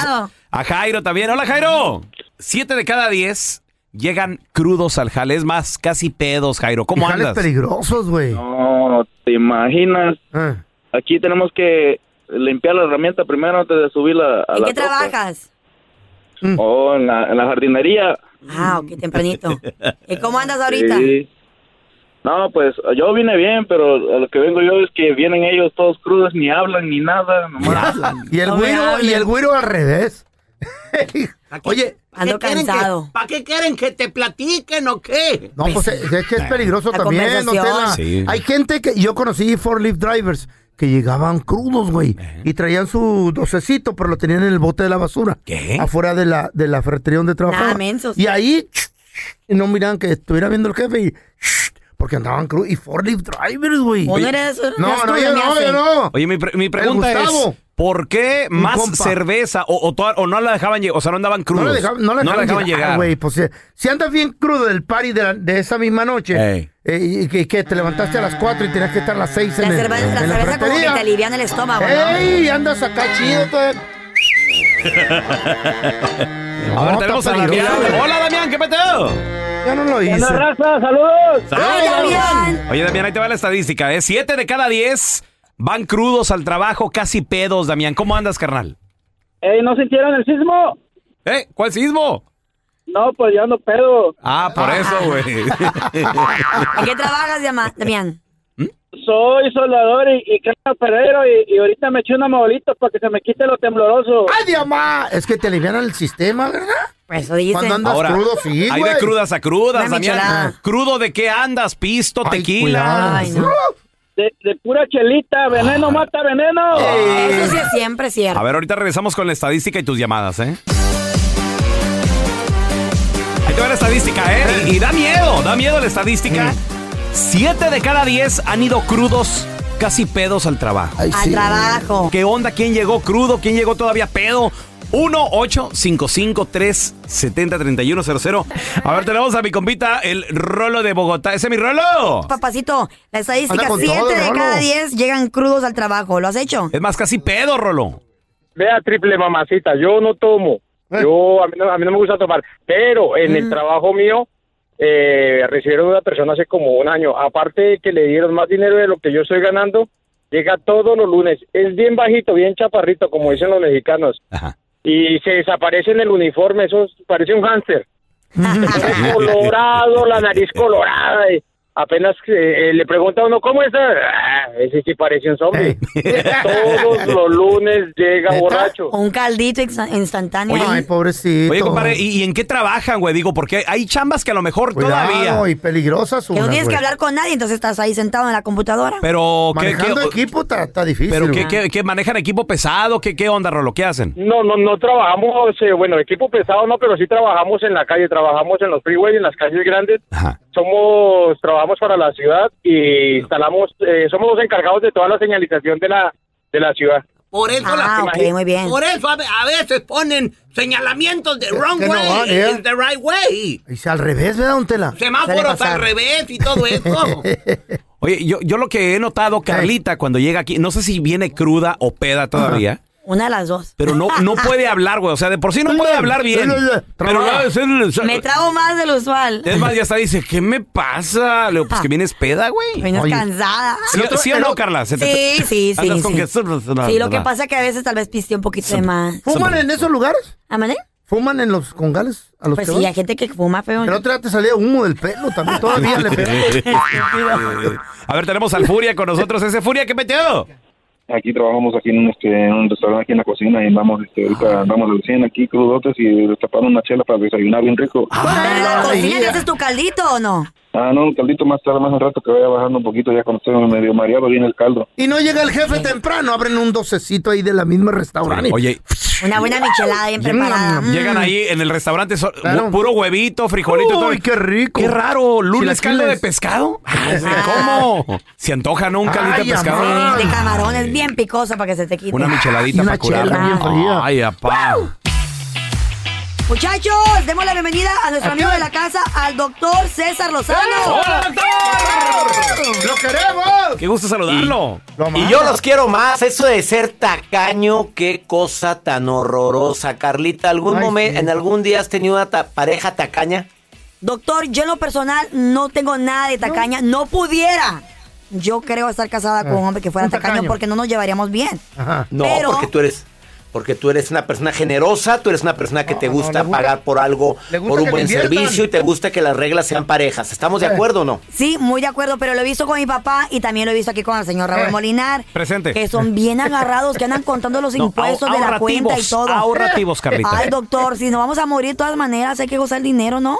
A: a Jairo también. Hola, Jairo. Siete de cada diez llegan crudos al jale. Es más, casi pedos, Jairo. ¿Cómo
C: Jales
A: andas?
C: peligrosos, güey. Ah.
Q: No, te imaginas. Aquí tenemos que limpiar la herramienta primero antes de subirla a
D: ¿En
Q: la
D: qué
Q: troca.
D: trabajas?
C: Mm.
Q: Oh, en la, en la jardinería.
D: Ah, ok, tempranito. ¿Y cómo andas ahorita?
Q: Sí. No, pues yo vine bien, pero a lo que vengo yo es que vienen ellos todos crudos, ni hablan ni nada. Nomás.
C: Y el güiro, y el güiro al revés. Oye,
F: ¿Qué quieren que- ¿Para qué quieren que te platiquen o qué?
C: No, pues es, es que es peligroso
F: La
C: también, don
F: conversación.
C: Tela.
F: Sí.
C: Hay gente que yo conocí forklift drivers que llegaban crudos, güey, y traían su docecito, pero lo tenían en el bote de la basura. Afuera de la, de la ferretería donde trabajaban.
D: mensos.
C: Y ahí y no miraban que estuviera viendo el jefe y porque andaban crudos. Y forklift drivers, güey.
D: ¿Vos no eres- eres
C: No,
D: tú,
C: no,
D: se
C: yo
D: me
C: no,
D: hace?
C: yo no.
A: Oye, mi, pre- mi
C: El
A: pregunta es,
C: Gustavo.
A: ¿por qué
C: Mi
A: más
C: compa.
A: cerveza o, o toda- o no la dejaban llegar? O sea, no andaban crudos.
C: No la dejaban, no la dejaban llegar, güey, pues, si, si andas bien crudo del party de, la- de esa misma noche, eh, y que, que te levantaste a las 4 y tenías que estar a las 6 en,
D: La
C: el-
D: cerveza,
C: en
D: la
C: la
D: cerveza como que te
C: ferretería.
D: alivian el estómago,
C: ¡Ey! Andas acá chido todavía.
A: [LAUGHS] a ver,
C: No,
A: tenemos
C: está
A: a Damián.
C: peligroso.
A: Hola, Damián, ¿qué peteo?
C: Yo no lo hice.
A: raza, saludos.
D: Ah,
C: ¡Ay,
A: Oye, Damián, ahí te va la estadística, ¿eh? Siete de cada diez van crudos al trabajo, casi pedos, Damián. ¿Cómo andas, carnal?
R: Ey, ¿no sintieron el sismo?
A: ¿Eh? ¿Cuál sismo?
R: No, pues yo ando pedo.
A: Ah, por eso, güey.
D: ¿En qué trabajas, Dama- Damián?
A: ¿Mm?
R: Soy soldador y, y perero y, y ahorita me eché una molita para que se me quite lo tembloroso.
C: ¡Ay, diamá! Es que te alivian el sistema, ¿verdad?
D: Pues Eso dicen.
C: Cuando andas
A: Ahora,
C: crudo, sí,
A: Hay
C: güey.
A: de crudas a crudas,
C: Una
A: Damián.
C: michelada.
A: ¿Crudo de qué andas? ¿Pisto,
C: cuidado.
A: tequila?
C: Ay, no.
R: De, de pura chelita, veneno mata veneno.
D: Ah, Eso sí es siempre
A: A
D: cierto.
A: ver, ahorita regresamos con la estadística y tus llamadas, ¿eh? Ahí te va la estadística, ¿eh? Y, y da miedo, da miedo la estadística. Siete de cada diez han ido crudos, casi pedos al trabajo.
D: Al sí. trabajo.
A: ¿Qué onda? ¿Quién llegó crudo? ¿Quién llegó todavía pedo? 1 855 370 3100 A ver, tenemos a mi compita, el Rolo de Bogotá. ¿Ese es mi Rolo?
D: Papacito, la estadística,
A: Anda con
D: 7
A: todo,
D: de
A: Rolo.
D: cada 10 llegan crudos al trabajo. ¿Lo has hecho?
A: Es más, casi pedo, Rolo.
R: Vea, triple mamacita, yo no tomo. Yo, a mí no, a mí no me gusta tomar. Pero en el trabajo mío, eh, recibieron una persona hace como un año. Aparte de que le dieron más dinero de lo que yo estoy ganando, llega todos los lunes. Es bien bajito, bien chaparrito, como dicen los mexicanos. Y se desaparece en el uniforme, eso es- parece un hámster. Es colorado, la nariz colorada. y apenas eh, eh, le pregunta a uno, ¿cómo está? Ah, ese sí parece un zombie. Todos los lunes llega borracho.
D: O un caldito exa- instantáneo. ahí.
C: pobrecito.
A: Oye, compadre, ¿y, y en qué trabajan, güey? Digo, porque hay chambas que a lo mejor
C: Ah, Cuidado,
A: todavía.
C: y peligrosas
D: que no
C: unas,
D: tienes
C: güey.
D: que hablar con nadie, entonces estás ahí sentado en la computadora.
A: Pero, ¿qué,
C: Manejando
A: qué-
C: equipo está, está difícil.
A: pero
C: güey.
A: qué, qué- qué manejan equipo pesado? ¿Qué, qué onda, Rolo? ¿Qué hacen?
C: [LAUGHS]
R: No, no, no trabajamos, eh, bueno, equipo pesado no, pero sí trabajamos en la calle, trabajamos en los freeways, en las calles grandes. Somos, trabajamos para la ciudad y instalamos, eh, somos los encargados de toda la señalización de la, de la ciudad.
F: Por eso la-
R: Ah, ok, muy bien.
F: Por eso a, ve- a veces ponen señalamientos de wrong
C: que no
F: way
C: van, ¿eh?
F: is the right way.
C: Y si al revés, ¿verdad, don Tela?
F: Semáforos al revés y todo eso.
A: Oye, yo, yo lo que he notado, Carlita, cuando llega aquí, no sé si viene cruda o peda todavía,
D: Una de las dos.
A: pero no, no puede hablar, güey. O sea, de por sí no puede hablar bien. Pero a veces-
D: Me trago más del usual.
A: es eh, más, ya está, dice, ¿qué me pasa? Le digo, pues que vienes peda, güey.
D: Ah. Vienes
A: Oye,
D: cansada.
A: ¿Sí, sí o no, Carla? Se te-
D: Sí, sí, sí.
A: andas con
D: sí.
A: que- pues,
D: Sí, lo que pasa es que a veces tal vez pisteé un poquito de más. ¿Ah,
C: ¿Fuman en esos lugares?
D: ¿Amané?
C: ¿Fuman en los congales? A los
D: Pues
C: que
D: sí,
C: vas?
D: hay gente que fuma feo.
C: El otro día te salía humo del pelo
A: [LAUGHS]
C: también, todavía le pego.
A: a ver, tenemos al Furia con nosotros. Ese Furia, ¿qué metió?
S: aquí trabajamos aquí en un, este, en un restaurante aquí en la cocina y andamos este, ahorita andamos al 100 aquí crudotes y destapando una chela para desayunar bien rico.
D: Pues ¿En la cocina te haces tu caldito o no?
S: Ah, no, un caldito más tarde, más un rato que vaya bajando un poquito, ya cuando estoy medio mareado viene el caldo.
C: Y no llega el jefe temprano, abren un docecito ahí de la misma restaurante.
A: Oye,
D: Una buena michelada bien preparada. Mm.
A: Llegan ahí en el restaurante, so- mu- puro huevito, frijolito. y todo.
C: Uy, qué rico.
A: Qué raro,
C: Chilaquiles.
A: lunes caldo de pescado.
C: Ah,
A: Ay, ¿Cómo? Se antoja, ¿no? Un caldito de pescado.
D: Sí, de camarón es bien picoso para que se te quite.
A: Una micheladita para curar. Ay, apá.
D: Muchachos, demos la bienvenida a nuestro amigo de la casa, al doctor César Lozano.
C: ¡Hola, doctor! ¡Lo queremos!
A: Qué gusto saludarlo.
G: Y yo los quiero más. Eso de ser tacaño, qué cosa tan horrorosa. Carlita, ¿algún
D: Ay,
G: momento,
D: sí.
G: ¿en algún día has tenido una ta- pareja tacaña?
D: Doctor, yo en lo personal no tengo nada de tacaña, no, pudiera. Yo creo estar casada con un hombre que fuera tacaño, porque no nos llevaríamos bien.
G: No,
D: Pero-
G: porque tú eres... Porque tú eres una persona generosa, tú eres una persona que te
D: no,
G: gusta,
D: le gusta-
G: pagar por algo,
D: le gusta
G: por un
D: que le
G: buen
D: inviertan.
G: servicio y te gusta que las reglas sean parejas. ¿Estamos de
D: Eh.
G: acuerdo o no?
D: Sí, muy de acuerdo, pero lo he visto con mi papá y también lo he visto aquí con el señor Raúl Molinar.
G: Presente.
D: Que son bien agarrados, que andan contando los
G: No,
D: impuestos
G: ahor-
D: de la cuenta y
G: ahorrativos,
D: todo.
G: ahorrativos, Carlita.
D: Ay, doctor, si nos vamos a morir de todas maneras, hay que gozar el dinero, ¿no?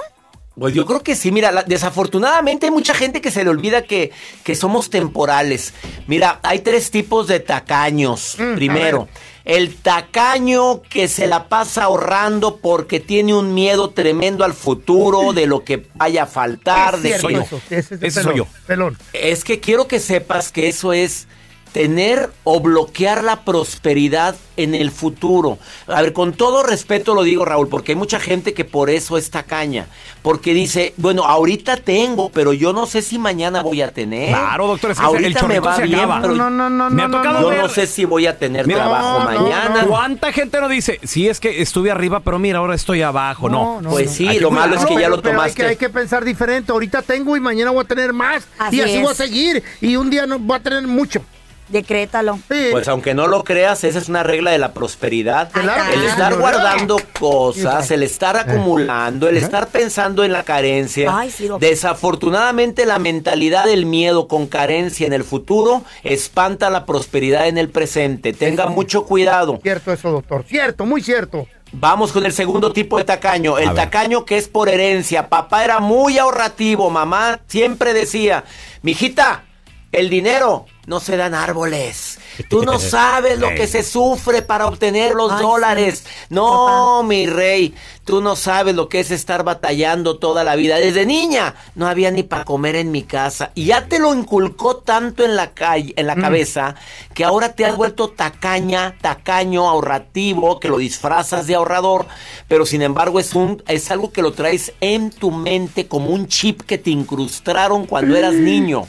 G: Pues yo creo que sí, mira, la- desafortunadamente hay mucha gente que se le olvida que, que somos temporales. Mira, hay tres tipos de tacaños.
C: Mm,
G: Primero, el tacaño que se la pasa ahorrando porque tiene un miedo tremendo al futuro, de lo que vaya a
A: ah,
G: faltar, de
C: Cierto
G: que no.
C: eso, ese es el pelón, pelón.
G: Es que quiero que sepas que eso es tener o bloquear la prosperidad en el futuro. A ver, con todo respeto lo digo, Raúl, porque hay mucha gente que por eso es tacaña. Porque dice, bueno, ahorita tengo, pero yo no sé si mañana voy a tener.
A: Claro, doctor, es que
G: ahorita
A: el
G: me
A: chorrito
G: va
A: se
G: bien,
A: acaba.
G: pero
A: No, no, no,
G: me ha
A: no,
G: tocado
A: no,
G: ver-
A: no.
G: yo no sé si voy a tener
A: Mira,
G: trabajo
A: no, no,
G: mañana.
A: no. ¿Cuánta gente no dice, sí, es que estuve arriba, pero mira, ahora estoy abajo? No.
G: no, Pues no. sí,
A: Hay
G: lo malo es
A: cuidarlo.
G: que ya lo
C: Pero hay que, hay
G: tomaste.
C: que pensar diferente. Ahorita tengo y mañana voy a tener más.
D: Así
C: y así
D: es.
C: voy a seguir. Y un día no, voy a tener mucho.
D: Decrétalo.
G: Pues aunque no lo creas, esa es una regla de la prosperidad. El
D: Ah,
G: estar guardando cosas, el estar acumulando, el estar pensando en la carencia.
D: Ay, sí, doctor.
G: Desafortunadamente la mentalidad del miedo con carencia en el futuro espanta la prosperidad en el presente. Tenga mucho cuidado.
C: Cierto eso, doctor. Cierto, muy cierto.
G: Vamos con el segundo tipo de tacaño,
C: A
G: el
C: ver.
G: tacaño que es por herencia. Papá era muy ahorrativo, mamá siempre decía, mijita, el dinero no se dan árboles. Tú no sabes lo que se sufre para obtener los dólares. No, mi rey, tú no sabes lo que es estar batallando toda la vida. Desde niña no había ni para comer en mi casa y ya te lo inculcó tanto en la calle, en la cabeza, que ahora te has vuelto tacaña, tacaño, ahorrativo, que lo disfrazas de ahorrador, pero sin embargo es un es algo que lo traes en tu mente como un chip que te incrustaron cuando eras niño.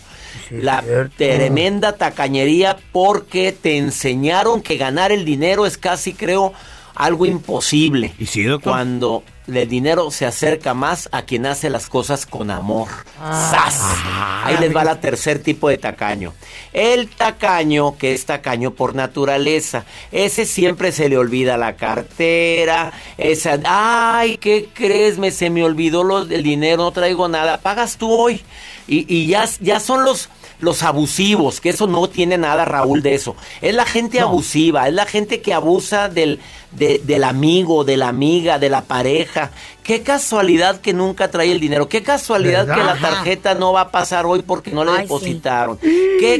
G: La tremenda tacañería porque te enseñaron que ganar el dinero es casi, creo, algo imposible. Y Cuando el dinero se acerca más a quien hace las cosas con amor. ¡Sas! Ahí les va la tercer tipo de tacaño. El tacaño, que es tacaño por naturaleza. Ese siempre se le olvida la cartera. Esa, ay, ¿qué crees? Me, se me olvidó lo- el dinero, no traigo nada. Pagas tú hoy. Y, y ya, ya son los, los abusivos, que eso no tiene nada, Raúl, de eso. Es la gente abusiva, es la gente que abusa del, de- del amigo, de la amiga, de la pareja. Qué casualidad que nunca trae el dinero. Qué casualidad que la tarjeta no va a pasar hoy porque no le Ay, sí. depositaron. Qué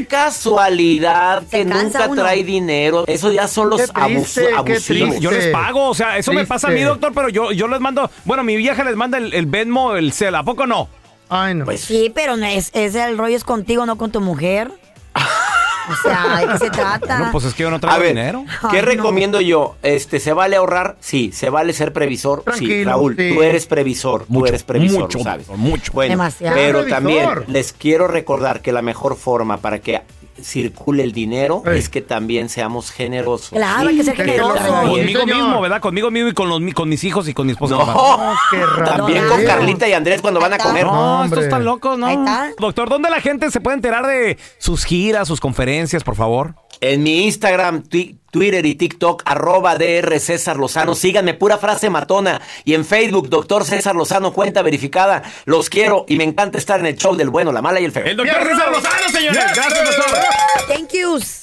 G: casualidad que cansa nunca uno. trae dinero. Eso ya son los Qué triste, abuso- qué abusivos.
A: Yo les pago, o sea, eso me pasa a mí, doctor, pero yo, yo les mando, bueno, mi vieja les manda el, el Venmo, el Cel, ¿a poco no?
C: Ay,
G: Pues,
C: no.
A: Pues
D: Sí, pero no es, es el rollo es contigo, no con tu mujer. O sea, ¿de qué
A: [LAUGHS]
D: se trata?
A: No, pues es que yo no traigo
G: A ver,
A: dinero.
G: ¿Qué
D: Ah. Ay, no.
G: recomiendo yo? Este, ¿Se vale ahorrar? Sí. ¿Se vale ser previsor? sí.
A: Tranquilo,
G: Raúl,
A: sí.
G: tú eres previsor. tú eres previsor,
A: mucho,
G: lo ¿sabes?
A: mucho.
G: Bueno,
A: Demasiado.
G: pero
A: Previsor.
G: también les quiero recordar que la mejor forma para que circule el dinero es que también seamos generosos.
D: Claro, hay que ser generosos.
A: Conmigo mismo, ¿verdad? Conmigo mismo y con, los, mi- con mis hijos y con mi esposa.
G: No.
A: papá.
G: También con Carlita y Andrés cuando van a comer.
A: No, estos están locos, ¿no? Doctor, ¿dónde la gente se puede enterar de sus giras, sus conferencias, por favor?
G: En mi Instagram, twi- Twitter y TikTok, arroba DR César Lozano. Síganme, pura frase matona. Y en Facebook, doctor César Lozano, cuenta verificada. Los quiero y me encanta estar en el show del bueno, la mala y el feo.
D: Thank yous.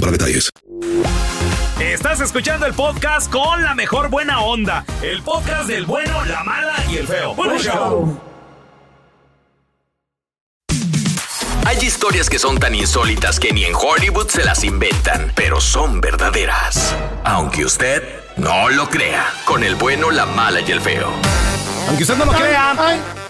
I: para detalles.
H: Estás escuchando el podcast con la mejor buena onda. El podcast del bueno, la mala y el feo. Bueno, show.
J: Hay historias que son tan insólitas que ni en Hollywood se las inventan, pero son verdaderas. Aunque usted no lo crea, con el bueno, la mala y el feo.
A: Aunque usted no lo crea,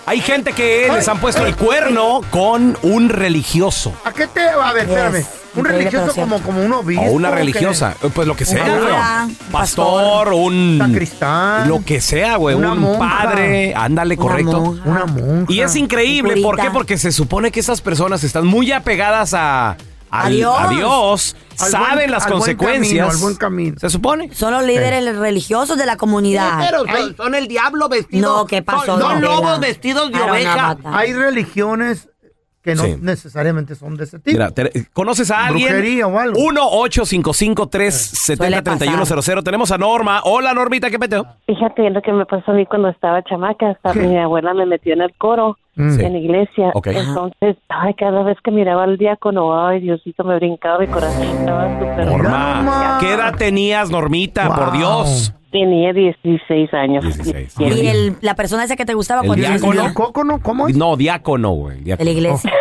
A: hay gente que les han puesto el cuerno con un religioso.
C: ¿A qué te va? A ver, espérame. Un religioso como, como un obispo.
A: O una
C: que-
A: religiosa, eh, pues lo que sea,
C: Una
A: güey.
C: abuela, un
A: pastor, un
C: sacristán,
A: lo que sea, güey,
C: una
A: un
C: monja.
A: padre, ándale,
C: Una
A: correcto.
C: monja, Una monja.
A: Y es increíble, ¿por qué? Porque se supone que estas personas están muy apegadas a, al-
D: A Dios.
A: a Dios,
D: Al
A: saben
D: buen-
A: las
D: al buen
A: consecuencias.
D: camino, al buen
A: Se supone.
D: Son los líderes religiosos de la comunidad.
G: Pero son, son el diablo vestido.
D: No, ¿qué pasó?
G: Son, son
D: don Tela?
G: lobos vestidos de
D: Aaron
G: oveja.
D: Avatar.
C: Hay religiones que no
A: Sí.
C: necesariamente son de ese tipo.
A: Mira, te- ¿conoces a alguien?
C: Brujería o algo.
A: 1-855-370-3100. Tenemos a Norma. Hola, Normita, ¿qué peteo?
T: Fíjate lo que me pasó a mí cuando estaba chamaca. Hasta mi abuela me metió en el coro,
A: Mm. Sí.
T: en la iglesia.
A: Ok. Ajá.
T: Entonces, ay, cada vez que miraba al diácono, ay, Diosito, me brincaba mi corazón. Estaba súper...
A: Norma. ¿Qué edad tenías, Normita? Por Dios.
T: Tenía 16 años.
D: Y el- la persona esa que te gustaba
A: El
D: cuando eras
A: diácono.
D: niña.
C: ¿Cómo
A: No, diácono, güey.
D: De la
T: [LAUGHS]
D: iglesia.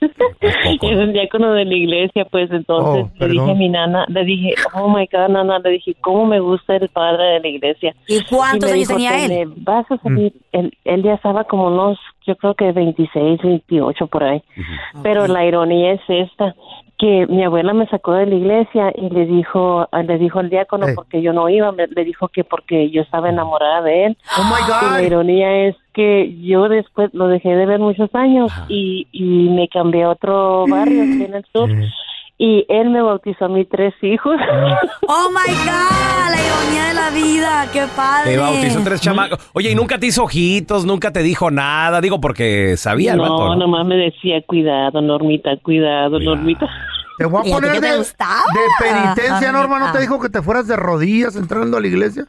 T: Es un diácono de la iglesia, pues
A: Oh,
T: entonces le dije a mi nana, le dije, oh my God, nana, le dije, ¿cómo me gusta el padre de la iglesia?
D: ¿Y cuántos
T: me
D: años tenía
T: "Te
D: él?
T: le Vas a salir,
C: Mm.
T: él, él ya estaba como unos, yo creo que 26, 28 por ahí. Pero la ironía es esta, que mi abuela me sacó de la iglesia y le dijo, ah, le dijo al diácono, porque yo no iba, me- le dijo que porque yo estaba enamorada de él.
C: Oh my
T: Y la ironía es que yo después lo dejé de ver muchos años y, y me cambié a otro
C: [GASPS]
T: barrio aquí en el sur. Y él me bautizó a mí tres hijos.
D: Oh my God, la ironía de la vida, qué padre.
A: Te bautizó tres chamacos. Oye, y nunca te hizo ojitos, nunca te dijo nada. Digo, porque sabía el vato.
T: no, nomás me decía, cuidado, Normita, cuidado, Normita.
C: Te Ah, voy a poner de, de penitencia, Norma.
T: ah.
C: ¿No te dijo que te fueras de rodillas entrando a la iglesia?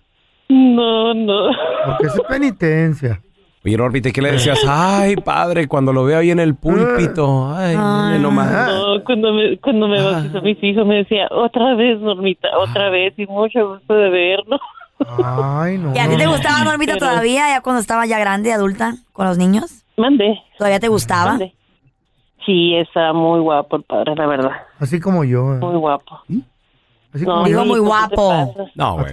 T: No, no.
C: Porque es penitencia.
A: Oye, Normita, ¿y ¿qué le
T: [LAUGHS]
A: decías? Ay, padre, cuando lo veo ahí en el púlpito. Ay, mire
C: Ah.
A: nomás.
T: No, Ah. cuando me, cuando me bautizó mis hijos me decía, otra vez, Normita, otra vez, y mucho gusto de verlo. [LAUGHS]
C: Ay, no.
D: ¿Y a ti te gustaba Normita todavía, ya cuando estaba ya grande, adulta, con los niños?
T: Mandé.
D: ¿Todavía te gustaba?
T: Sí, está muy guapo el padre, la verdad.
C: Así como yo. eh.
T: Muy guapo.
C: Así
T: No,
D: Digo
T: hijo,
D: muy
T: ¿qué te
D: guapo.
T: pasa?
A: No, güey.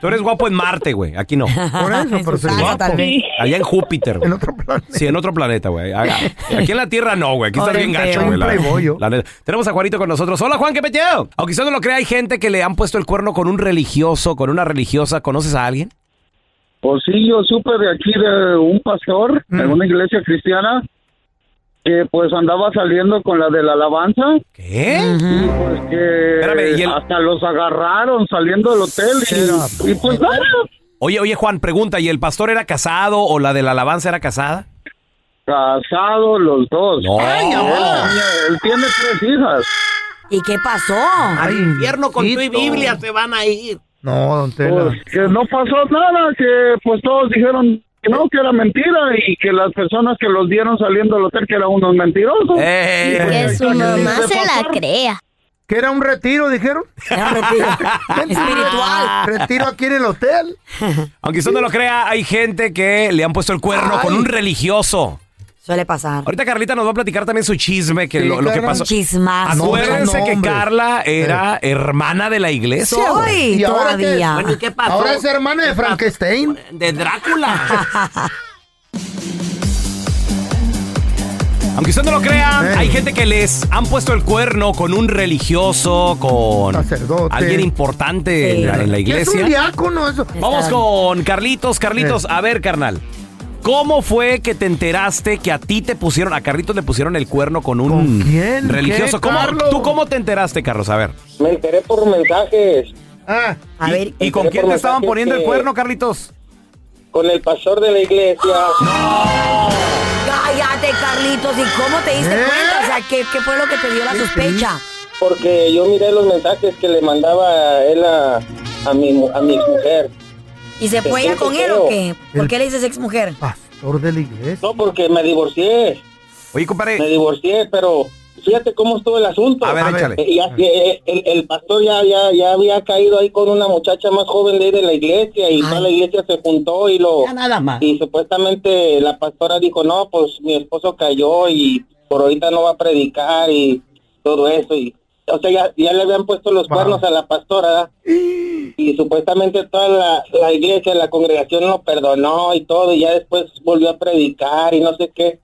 A: Tú eres guapo en Marte, güey. Aquí no.
C: Por eso, pero soy
A: Guapo.
C: guapo.
A: Allá en Júpiter, güey. En otro planeta. Sí, en otro planeta, güey. Acá- Aquí en la Tierra no, güey. Aquí estás
C: Pobre
A: bien
C: feo.
A: gacho, güey.
C: Un
A: la-
C: playboy, yo.
A: la neta. Tenemos a Juanito con nosotros. Hola, Juan, qué peteo. Aunque usted no lo crea, hay gente que le han puesto el cuerno con un religioso, con una religiosa. ¿Conoces a alguien?
F: Mm.
U: Pues sí, yo supe de aquí de un pastor en una iglesia cristiana
E: que pues andaba saliendo con la de la alabanza.
A: ¿Qué?
E: Pues que hasta los agarraron saliendo del hotel. Y, y pues nada,
A: Oye, oye, Juan, pregunta, ¿y el pastor era casado o la de la alabanza era casada?
E: casados los dos.
A: Ay,
E: Él, él tiene tres hijas.
D: ¿Y qué pasó?
G: Al infierno con tu y
E: Tito.
G: Biblia se van a ir.
C: No, don Tela.
E: Pues que no pasó nada, que pues todos dijeron que no, que era mentira y que las personas que los dieron saliendo del hotel que eran unos mentirosos.
F: Eh.
E: Y, pues,
C: Eh,
K: Que su
E: ahí está,
K: mamá
E: ¿qué
K: se la crea.
C: Que era un retiro, dijeron.
D: Era
C: [LAUGHS]
D: un retiro.
C: Espiritual. Retiro aquí en el hotel.
A: Aunque usted no lo crea, hay gente que le han puesto el cuerno con un religioso.
D: Suele pasar.
A: Ahorita Carlita nos va a platicar también su chisme, que
D: Sí,
A: lo, lo que
D: Carla.
A: pasó.
D: Un chismazo.
A: Acuérdense
D: No,
A: que
D: hombre.
A: Carla era hermana de la iglesia.
D: Soy
A: güey.
D: todavía.
G: Bueno, ¿y qué pasó?
C: Ahora es hermana de Frankenstein.
G: De Drácula.
A: Aunque usted no lo crea, hay gente que les han puesto el cuerno con un religioso, con alguien importante en, la, en
C: Es
A: la
C: un
A: iglesia.
C: diácono eso. Eh.
A: Vamos con Carlitos, Carlitos, a ver, carnal. ¿Cómo fue que te enteraste que a ti te pusieron, a Carlitos le pusieron el cuerno con un
C: quién?
A: religioso?
C: ¿Qué,
A: ¿Cómo-
C: Carlos?
A: ¿Tú cómo te enteraste, Carlos? A ver.
E: Me enteré por mensajes.
C: Ah,
E: a ver.
A: ¿Y con quién te estaban poniendo el cuerno, Carlitos?
E: Con el pastor de la iglesia.
D: Cállate, Carlitos. ¿Y cómo te
A: ¿Eh?
D: diste cuenta? O sea, ¿qué, qué fue lo que te dio la sospecha?
E: Porque yo miré los mensajes que le mandaba él a, a mi, mu- a mi mujer.
D: ¿Y se fue ella con él o qué? ¿Por qué le dices ex mujer?
A: Ah.
C: Pastor de la iglesia.
E: No, porque me divorcié.
A: Oye, compadre.
E: Me divorcié, pero fíjate cómo estuvo el asunto.
A: A ver,
E: Eh,
A: échale.
E: eh, ya- eh, el, el pastor ya, ya, ya había caído ahí con una muchacha más joven de ahí de la iglesia y toda la iglesia se juntó y lo...
F: Ya nada más.
E: Y supuestamente la pastora dijo, no, pues mi esposo cayó y por ahorita no va a predicar y todo eso. y O sea, ya, ya le habían puesto los cuernos a la pastora. ¿verdad? Y supuestamente toda la, la iglesia, la congregación lo perdonó y todo. Y ya después volvió a predicar y no sé qué.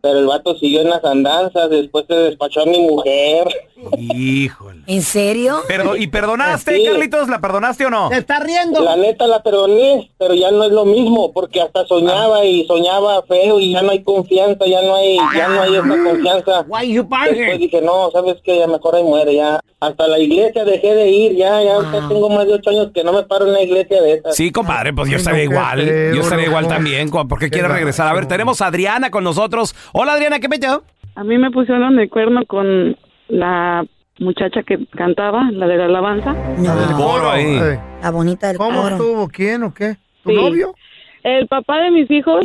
E: Pero el vato siguió en las andanzas, después se despachó a mi mujer.
A: Híjole.
D: ¿En serio?
A: Pero, ¿Y perdonaste, Carlitos? ¿La perdonaste o no?
E: está riendo. La neta la perdoné, pero ya no es lo mismo, porque hasta soñaba y soñaba feo y ya no hay confianza, ya no hay, ya no hay esa confianza. Después dije, no, sabes que ya mejor ahí muere, ya. Hasta la iglesia dejé de ir, ya, ya ahorita tengo más de ocho años que no me paro en la iglesia de esas.
A: Sí, compadre, pues yo
E: Ay,
A: estaría
E: no, qué
A: igual.
E: feo,
A: Yo estaría
E: no,
A: igual
E: no.
A: también. co- porque quiere regresar? A ver, tenemos a Adriana con nosotros. Hola, Adriana, ¿qué metió?
M: A mí me pusieron el cuerno con la muchacha que cantaba, la de la alabanza.
C: El
A: coro ahí.
C: Eh,
D: La bonita del
C: ¿Cómo
M: coro.
C: estuvo? ¿Quién o qué? ¿Tu
M: Sí.
C: novio?
M: El papá de mis hijos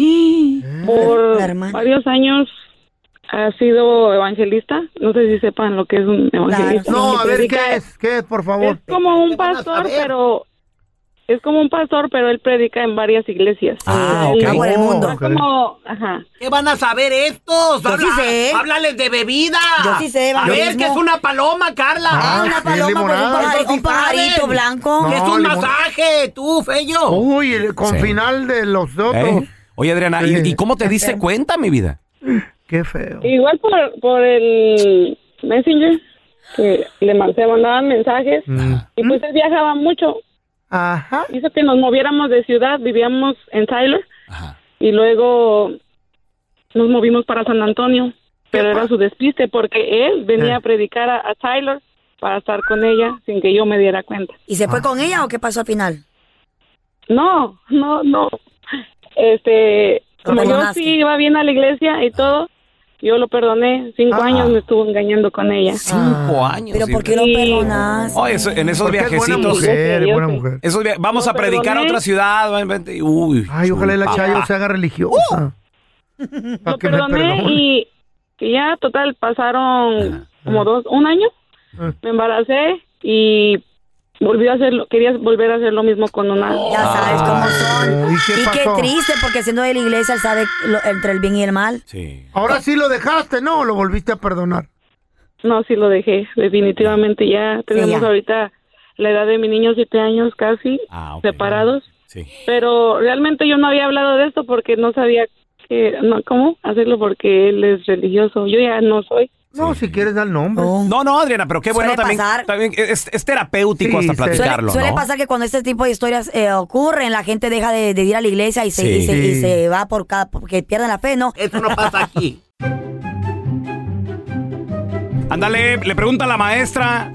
M: por varios años ha sido evangelista. No sé si sepan lo que es un evangelista.
C: No, a ver,
M: Predica-
C: ¿qué es? ¿Qué es, por favor?
M: Es como un pastor, pero es como un pastor, pero él predica en varias iglesias.
C: Ah, ok.
M: Él-
C: Por el mundo.
M: Es como, ajá.
G: ¿Qué van a saber estos? Habla- Háblales de bebida.
M: Yo sí sé,
G: A ver,
M: evangelismo.
G: que es una paloma, Carla.
C: Ah, Ah, una sí, paloma, limonada. pues, un
D: pajar- un pajarito blanco.
G: Que es
C: No,
G: un
C: limón-
G: masaje, tú, feyo.
C: Uy, el- con
A: Sí.
C: final de los dos.
A: ¿Eh? Oye, Adriana, ¿y,
C: Sí.
A: y cómo te diste cuenta, mi vida?
C: Qué feo.
M: Igual por, por el Messenger, que le man- se mandaban mensajes.
C: Mm.
E: Mm.
M: Y pues él viajaba mucho.
A: Ah.
C: Ajá.
M: Hizo que nos moviéramos de ciudad, vivíamos en Tyler. Y luego nos movimos para San Antonio. Pero era su despiste porque él venía
D: Eh.
M: a predicar a, a Tyler para estar con ella sin que yo me diera cuenta.
D: ¿Y
A: Ah.
D: se fue con ella o qué pasó al final?
M: No, no, no. Este, como yo
D: perdonaste.
M: sí iba bien a la iglesia y todo, yo lo perdoné. Cinco
A: Ah.
M: años me estuvo engañando con ella.
A: Cinco
D: Ah.
A: años.
M: ¿Pero por qué
A: Irene.
M: lo perdonaste?
A: Oh, eso- en esos
M: Porque es
A: viajecitos.
M: buena mujer, Yo sé, yo buena sé.
C: mujer.
A: Esos via- vamos
M: Lo
A: a predicar a
M: perdoné.
A: otra ciudad. va, vente, y- Uy.
C: Ay, ojalá la
A: chupa.
C: Chayo se haga religiosa. [LAUGHS]
M: lo
C: que me
M: perdoné
C: perdone.
M: y, y ya total pasaron como dos un año
C: Ah.
M: me embaracé y volví a hacerlo quería volver a hacer lo mismo con una
D: Ya sabes
A: Ah.
D: cómo son.
C: qué
D: Y qué
C: pasó?
D: triste, porque siendo de la iglesia, él sabe lo- entre el bien y el mal. Eh,
A: Sí.
C: Ahora sí lo dejaste, ¿no? ¿O lo volviste a perdonar?
M: no sí lo dejé definitivamente ya tenemos
C: ya.
M: ahorita la edad de mi niño siete años casi
C: Ah,
M: separados
A: Sí.
M: pero realmente yo no había hablado de esto porque no sabía que no cómo hacerlo porque él es religioso yo ya no soy
C: No, si quieres dar nombre.
A: Uh, No, no, Adriana, pero qué bueno
D: Suele
A: también.
D: pasar.
A: también es, es terapéutico
C: Sí,
A: hasta
C: sí.
A: platicarlo,
D: suele
A: ¿no?
D: pasar que cuando este tipo de historias eh, ocurren, la gente deja de, de ir a la iglesia y se,
A: Sí.
D: y se, y se va por cada, porque pierden la fe, ¿no?
G: Eso no pasa aquí.
A: Ándale, le pregunta a la maestra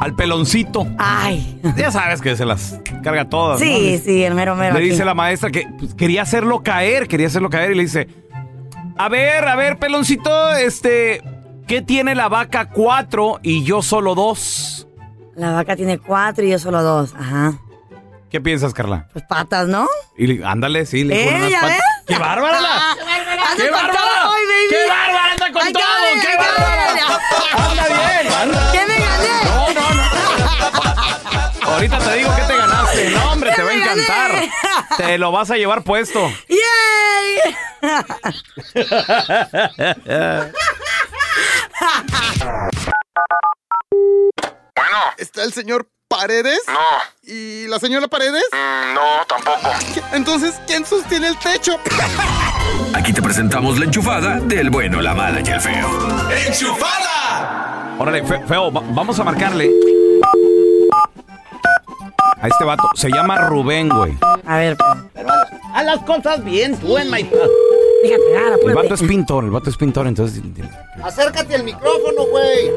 A: al peloncito.
D: Mm. Ay.
A: Ya sabes que se las carga todas. ¿no?
D: [LAUGHS] Sí,
A: Le-
D: sí, el mero mero.
A: Le
D: aquí.
A: dice la maestra que pues, quería hacerlo caer, quería hacerlo caer y le dice, a ver, a ver, peloncito, este, ¿qué tiene la vaca cuatro y yo solo dos?
D: La vaca tiene cuatro y yo solo dos. Ajá.
A: ¿Qué piensas, Carla?
D: Pues patas, ¿no?
A: Y le- ándale, sí, le dijo
D: ¿Eh?
A: unas
D: ¿Ya
A: pat-
D: ves?
A: ¡Qué bárbara! la!
D: Ah, ¡Anda
F: ¡Qué
D: con
F: bárbara!
D: todo hoy, baby!
F: ¡Qué bárbara, anda con
D: Ay,
F: todo!
D: cabrón,
F: ¡Qué
D: ay,
A: ¡Anda
D: bien! ¡Qué me gané!
A: No, no, Ahorita te digo que te ganaste. No, hombre, te va a
D: me gané!
A: encantar. Te lo vas a llevar puesto.
L: [LAUGHS]
D: ¡Yay!
L: Bueno. ¿Está el señor Paredes? No. ¿Y la señora Paredes? no, tampoco. Entonces, ¿quién sostiene el [LAUGHS] techo?
V: Aquí te presentamos la enchufada del bueno, la mala y el feo.
A: Órale, fe- feo, va- vamos a marcarle. A este vato. Se llama Rubén, güey.
D: A ver. pues.
F: Haz las cosas bien, tú en my...
A: El vato es pintor, el vato es pintor, entonces.
L: Acércate al micrófono, güey.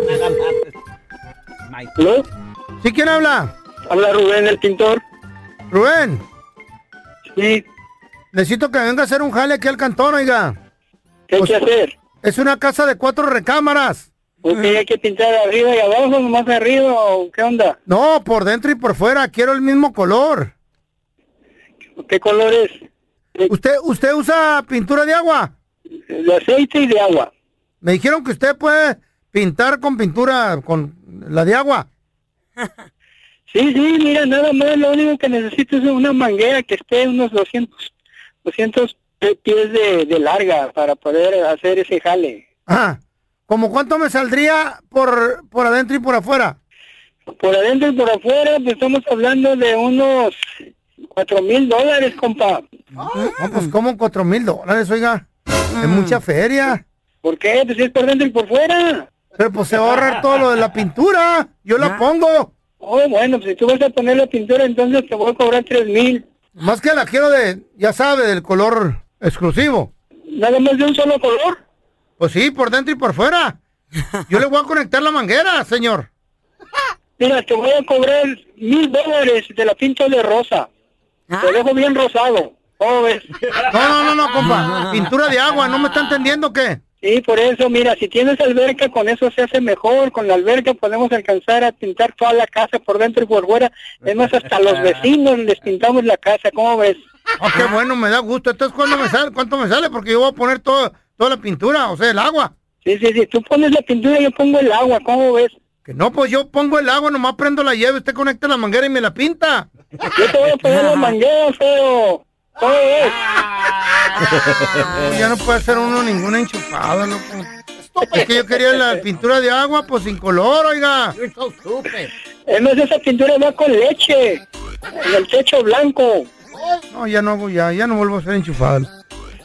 C: ¿Aló? ¿Sí quién habla?
E: Habla Rubén, el pintor.
C: Rubén.
E: Sí.
C: Necesito que venga a hacer un jale aquí al cantón, oiga. Pues,
E: ¿Qué hay que hacer?
C: Es una casa de cuatro recámaras.
E: Ok, hay que pintar arriba y abajo, nomás arriba, ¿o qué onda?
C: No, por dentro y por fuera, quiero el mismo color.
E: ¿Qué color es? Eh,
C: ¿Usted, usted usa pintura de agua?
E: De aceite y de agua.
C: Me dijeron que usted puede pintar con pintura, con la de agua.
E: Sí, sí, mira, nada más, lo único que necesito es una manguera que esté unos 200, 200 pe- pies de, de larga para poder hacer ese jale.
C: Ajá. ¿Cómo cuánto me saldría por, por adentro y por afuera?
E: Por adentro y por afuera, pues estamos hablando de unos 4 mil dólares, compa.
C: No, pues como cuatro mil dólares, oiga. Es mucha feria.
E: Mm. ¿Por qué? Pues es por dentro y por fuera.
C: Pero pues se va a ahorrar todo lo de la pintura. Yo la pongo.
E: Oh, bueno, pues si tú vas a poner la pintura, entonces te voy a cobrar 3 mil.
C: Más que la quiero de, ya sabe, del color exclusivo.
E: ¿Nada más de un solo color?
C: Pues sí, por dentro y por fuera. Yo le voy a conectar la manguera, señor.
E: Mira, te voy a cobrar mil dólares de la pinta de rosa. Te dejo bien rosado. ¿Cómo ves?
C: No, no, no, no, compa. Pintura de agua, ¿no me está entendiendo o qué?
E: Sí, por eso, mira, si tienes alberca, con eso se hace mejor. Con la alberca pues podemos alcanzar a pintar toda la casa por dentro y por fuera. Es más, hasta los vecinos les pintamos la casa. ¿Cómo ves?
C: Ah, qué bueno, me da gusto. Entonces, ¿cuándo me sale? ¿cuánto me sale? Porque yo voy a poner todo, toda la pintura, o sea, el agua.
E: Sí, sí, sí. Tú pones la pintura y yo pongo el agua. ¿Cómo ves?
C: Que no, pues yo pongo el agua, nomás prendo la llave, usted conecta la manguera y me la pinta.
E: Yo te voy a poner la manguera, feo. ¿Cómo ves?
C: Ya no puede hacer uno ninguna enchufada, loco. Es que yo quería la pintura de agua, pues sin color, oiga.
E: You're so stupid. Es más, esa pintura va con leche. En el techo blanco.
C: No, ya no, hago- ya, ya no vuelvo a hacer enchufada.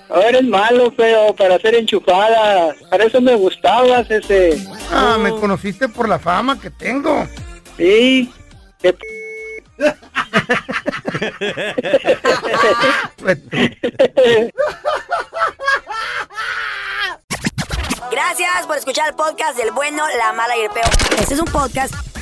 E: Ahora eres malo, feo, para hacer enchufadas. Para eso me gustabas ese.
C: Ah, me conociste por la fama que tengo.
E: Sí.
D: Gracias por escuchar el podcast del bueno, la mala y el peor. Este es un podcast